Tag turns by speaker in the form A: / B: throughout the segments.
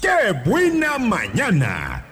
A: ¡Qué buena mañana!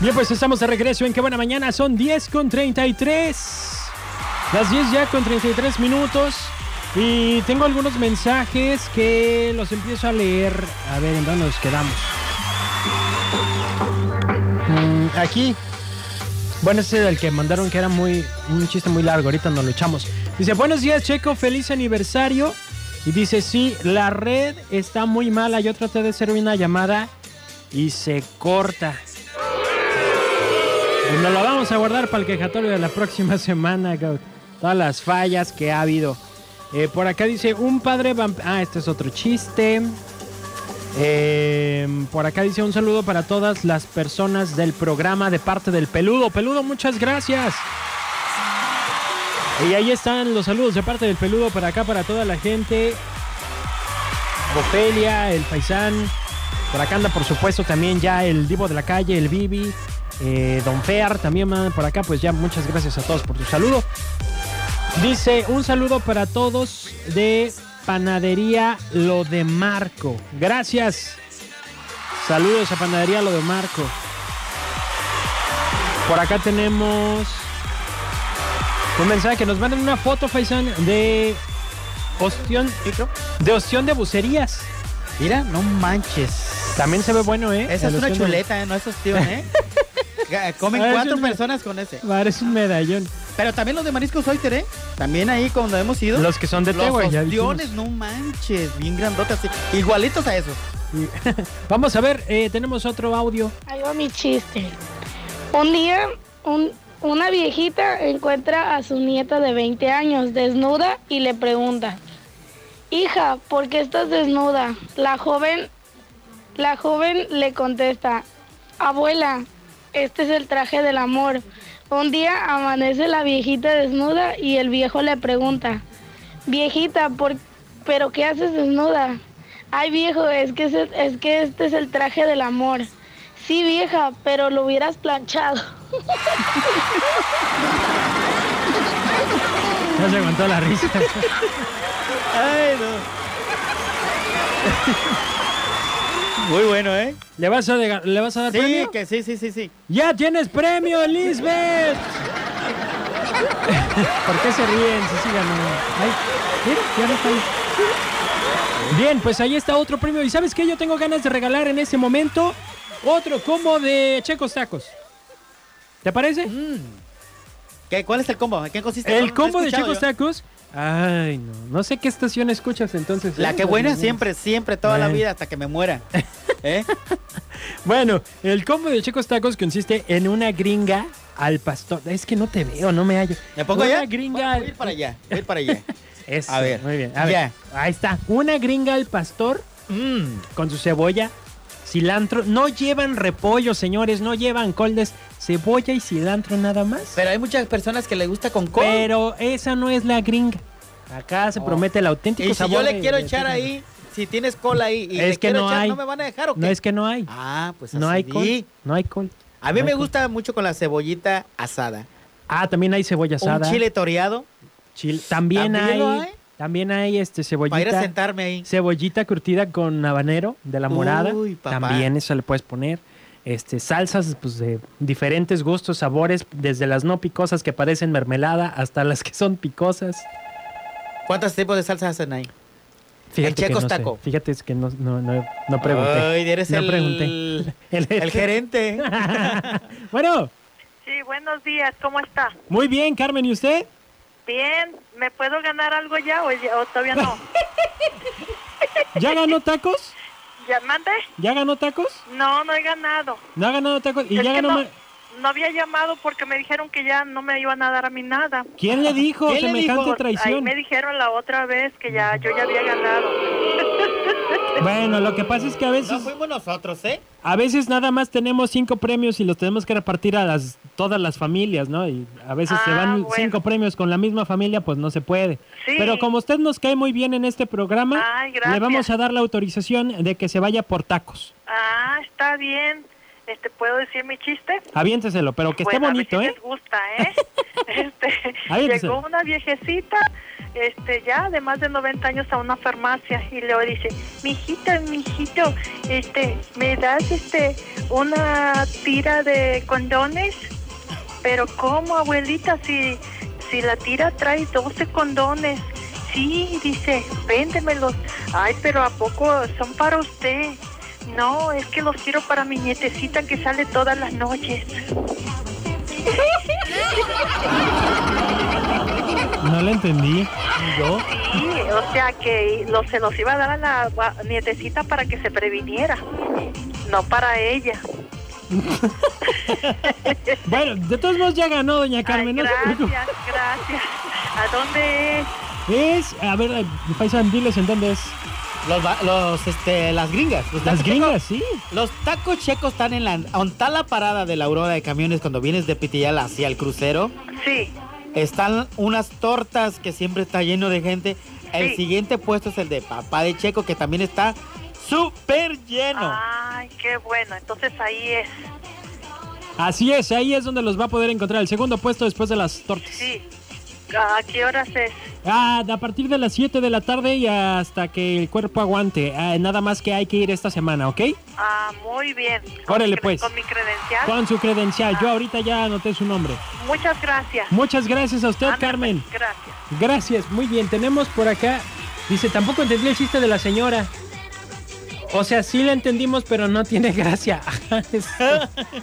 B: Bien, pues estamos de regreso en Qué Buena Mañana. Son 10 con 33. Las 10 ya con 33 minutos. Y tengo algunos mensajes que los empiezo a leer. A ver, ¿en dónde nos quedamos? Mm, aquí. Bueno, ese del que mandaron que era muy un chiste muy largo. Ahorita nos lo echamos. Dice, buenos días, Checo. Feliz aniversario. Y dice, sí, la red está muy mala. Yo traté de hacer una llamada y se corta. Y Pues nos lo vamos a guardar para el quejatorio de la próxima semana, Gaut. Todas las fallas que ha habido. Eh, por acá dice un padre vamp- Ah, este es otro chiste. Eh, por acá dice un saludo para todas las personas del programa de parte del peludo. Peludo, muchas gracias. Y ahí están los saludos de parte del peludo para acá, para toda la gente. Ofelia, el paisán. Por acá anda, por supuesto, también ya el Divo de la calle, el Bibi. eh, Don Fer también mandan por acá. Pues ya muchas gracias a todos por tu saludo. Dice, un saludo para todos de Panadería Lo de Marco. Gracias. Saludos a Panadería Lo de Marco. Por acá tenemos un mensaje que nos mandan una foto, Faisán, de Ostión, de Ostión de Bucerías.
C: Mira, no manches.
B: También se ve bueno, ¿eh?
C: Esa es
B: El
C: una
B: ostión de-
C: chuleta, ¿eh? No es ostión, ¿eh? Ga- Comen
B: Ah, es
C: cuatro
B: un-
C: personas con ese.
B: Parece un medallón.
C: Pero también los de mariscos Oiter, ¿eh? También ahí cuando hemos ido.
B: Los que son de
C: los
B: Tehuel, ya
C: ostiones, no manches. Bien grandotas. sí. Igualitos a esos.
B: dijimos. Vamos a ver, eh, tenemos otro audio.
D: Ahí va mi chiste. Un día, un- una viejita encuentra a su nieta de 20 años desnuda y le pregunta, hija, ¿por qué estás desnuda? La joven, la joven le contesta, abuela, este es el traje del amor. Un día amanece la viejita desnuda y el viejo le pregunta, viejita, ¿por, ¿pero qué haces desnuda? Ay viejo, es que, ese- es que este es el traje del amor. Sí, vieja, pero lo hubieras planchado.
B: No se aguantó la risa.
C: Ay, no. Muy bueno, ¿eh?
B: ¿Le vas a, dega- ¿le vas a dar
C: Sí,
B: premio?
C: que sí, sí, sí, sí.
B: ¡Ya tienes premio, Lisbeth! ¿Por qué se ríen? Si sí ganó. Ay, mira, ya no está ahí. Bien, pues ahí está otro premio. ¿Y sabes qué? Yo tengo ganas de regalar en este momento otro combo de Checos Tacos. ¿Te parece?
C: ¿Qué, ¿Cuál es el combo? ¿En qué consiste? No,
B: El
C: no he
B: combo de
C: escuchado
B: Checos
C: yo.
B: Tacos. Ay, no. No sé qué estación escuchas entonces.
C: La
B: ¿eh?
C: que buena
B: Las-
C: siempre, siempre, toda la
B: Bueno.
C: vida hasta que me muera. ¿Eh?
B: Bueno, el combo de Checos Tacos consiste en una gringa al pastor. Es que no te veo, no me hallo.
C: ¿Me pongo
B: una
C: allá?
B: gringa
C: Voy a ir para allá, voy a ir para allá.
B: Eso,
C: A ver,
B: Muy bien. A ver.
C: ya.
B: Ahí está. Una gringa al pastor
C: Mm,
B: con su cebolla, cilantro. No llevan repollo, señores. No llevan coldes. Cebolla y cilantro nada más.
C: Pero hay muchas personas que les gusta con col.
B: Pero esa no es la gringa. Acá se
C: Oh.
B: promete el auténtico
C: y si
B: sabor.
C: yo le
B: de-
C: quiero
B: de-
C: echar ahí, si tienes cola ahí y
B: Es
C: le
B: que
C: quiero
B: no
C: echar,
B: hay.
C: ¿no me van a dejar o qué?
B: No es que no hay.
C: Ah, pues así.
B: no hay col. No hay col.
C: A mí
B: no
C: me
B: hay col.
C: gusta mucho con la cebollita asada.
B: Ah, también hay cebolla asada.
C: Un chile toreado
B: Chile- También,
C: ¿También lo
B: hay,
C: hay?
B: También hay este
C: para ir a
B: cebollita.
C: sentarme ahí.
B: Cebollita curtida con habanero de la morada.
C: Uy, papá.
B: También eso le puedes poner. Este, salsas pues, de diferentes gustos, sabores, desde las no picosas que parecen mermelada hasta las que son picosas.
C: ¿Cuántos tipos de salsas hacen ahí?
B: Fíjate que
C: Checos
B: no sé.
C: Taco.
B: Fíjate es que no, no, no, no pregunté.
C: Ay, eres
B: no
C: el,
B: pregunté. El,
C: el gerente.
B: bueno,
E: Sí, buenos días, ¿cómo está?
B: muy bien, Carmen, ¿y usted?
E: Bien, ¿me puedo ganar algo ya o, ya- o todavía no?
B: ¿Ya ganó tacos?
E: ¿Ya mandé?
B: ¿Ya ganó tacos?
E: No, no he ganado.
B: ¿No ha ganado tacos? ¿Y
E: Es
B: ya
E: que
B: ganó
E: no,
B: ma-
E: no había llamado porque me dijeron que ya no me iban a dar a mí nada.
B: ¿Quién le dijo
C: ¿Quién le
B: semejante
C: dijo?
E: Por- ahí
B: traición?
E: me dijeron la otra vez que ya yo ya había ganado.
B: Bueno, lo que pasa es que a
C: No
B: veces,
E: pues.
C: fuimos nosotros, ¿eh?
B: a veces nada más tenemos cinco premios y los tenemos que repartir a las, todas las familias, ¿no? Y a veces se
E: Ah,
B: van
E: bueno.
B: cinco premios con la misma familia, pues no se puede.
E: Sí.
B: Pero como usted nos cae muy bien en este programa,
E: Ay, gracias.
B: le vamos a dar la autorización de que se vaya por tacos.
E: Ah, está bien. Este, ¿Puedo decir mi chiste?
B: Aviénteselo, pero que esté
E: Bueno, a ver
B: bonito,
E: si
B: ¿eh?
E: les gusta, ¿eh? Este,
B: Ahí dice.
E: llegó una viejecita, este, ya de más de 90 años a una farmacia y le dice, mijita, mijito, este, ¿me das este una tira de condones? Pero ¿cómo, abuelita? Si, si la tira trae 12 condones. Sí, dice, véndemelos. Ay, pero ¿a poco son para usted? No, es que los quiero para mi nietecita que sale todas las noches.
B: ¿eh? No le entendí. ¿Yo?
E: Sí, o sea que lo- se los iba a dar a la gua- nietecita para que se previniera, no para ella.
B: Bueno, de todos modos ya ganó, doña
E: Ay,
B: Carmen. no se preocupe.
E: gracias, gracias. ¿A dónde es?
B: Es, a ver, eh, Paisan, diles en dónde es.
C: Los, ba- los, este, las gringas. Los
B: Las
C: tacos
B: gringas, sí.
C: checos- Los tacos checos están en la, está la parada de la Aurora de camiones cuando vienes de Pitillala hacia el crucero.
E: Sí,
C: Están unas tortas que siempre está lleno de gente. El
E: Sí.
C: siguiente puesto es el de papá de Checo que también está súper lleno.
E: ay, qué bueno, entonces ahí es.
B: Así es, ahí es donde los va a poder encontrar. El segundo puesto después de las tortas.
E: Sí, ¿a qué horas es?
B: Ah, a partir de las 7 de la tarde y hasta que el cuerpo aguante. Ah, nada más que hay que ir esta semana, ¿ok?
E: Ah, muy bien. ¿Con
B: Órale,
E: mi cre-
B: pues.
E: Con mi credencial.
B: Con su credencial. Yo ahorita ya anoté su nombre.
E: Muchas gracias.
B: Muchas gracias a usted,
E: Ándale,
B: Carmen.
E: pues, Gracias.
B: Gracias, muy bien. Tenemos por acá. Dice, tampoco entendí el chiste de la señora. O sea, sí la entendimos, pero no tiene gracia. Es-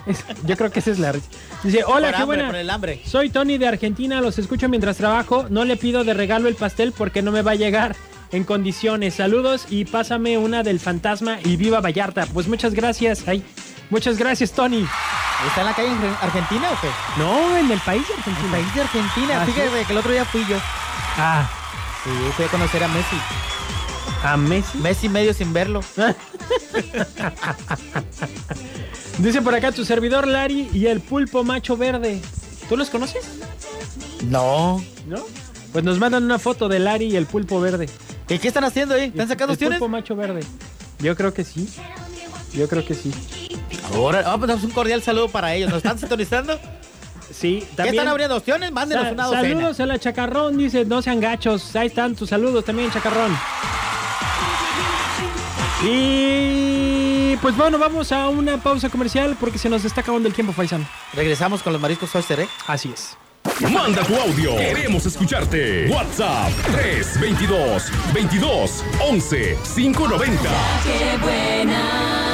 B: es- yo creo que esa es la risa. Dice,
C: Por
B: hola, qué
C: hambre,
B: buena.
C: por el hambre.
B: Soy Tony de Argentina, los escucho mientras trabajo. No le pido de regalo el pastel porque no me va a llegar en condiciones. Saludos y pásame una del fantasma y viva Vallarta. Pues muchas gracias. Ay, muchas gracias, Tony.
C: ¿Está en la calle en Argentina o qué?
B: No, en el país de
C: El
B: Argentina.
C: país de Argentina.
B: Ah,
C: Fíjate que el otro día fui yo.
B: Ah,
C: Sí, fui a conocer a Messi.
B: a Messi.
C: Messi medio sin verlo.
B: Dice por acá tu servidor Lari y el pulpo macho verde. ¿Tú los conoces?
C: No.
B: ¿No? Pues nos mandan una foto de Lari y el pulpo verde.
C: ¿Y qué están haciendo ahí? ¿Están sacando
B: El
C: opciones?
B: pulpo macho verde. Yo creo que sí. Yo creo que sí.
C: Ahora, ah, pues damos un cordial saludo para ellos. ¿Nos están sintonizando?
B: Sí,
C: ¿Qué
B: también.
C: están abriendo opciones? Mándenos
B: Sa-
C: una docena.
B: saludos a la Chacarrón, dice, no sean gachos. Ahí están tus saludos también, Chacarrón. Y pues bueno, vamos a una pausa comercial porque se nos está acabando el tiempo, Faisán.
C: Regresamos con los mariscos Oyster, ¿eh?
B: Así es.
A: Manda tu audio. Queremos escucharte. WhatsApp 322 22 11 590.
F: qué buena.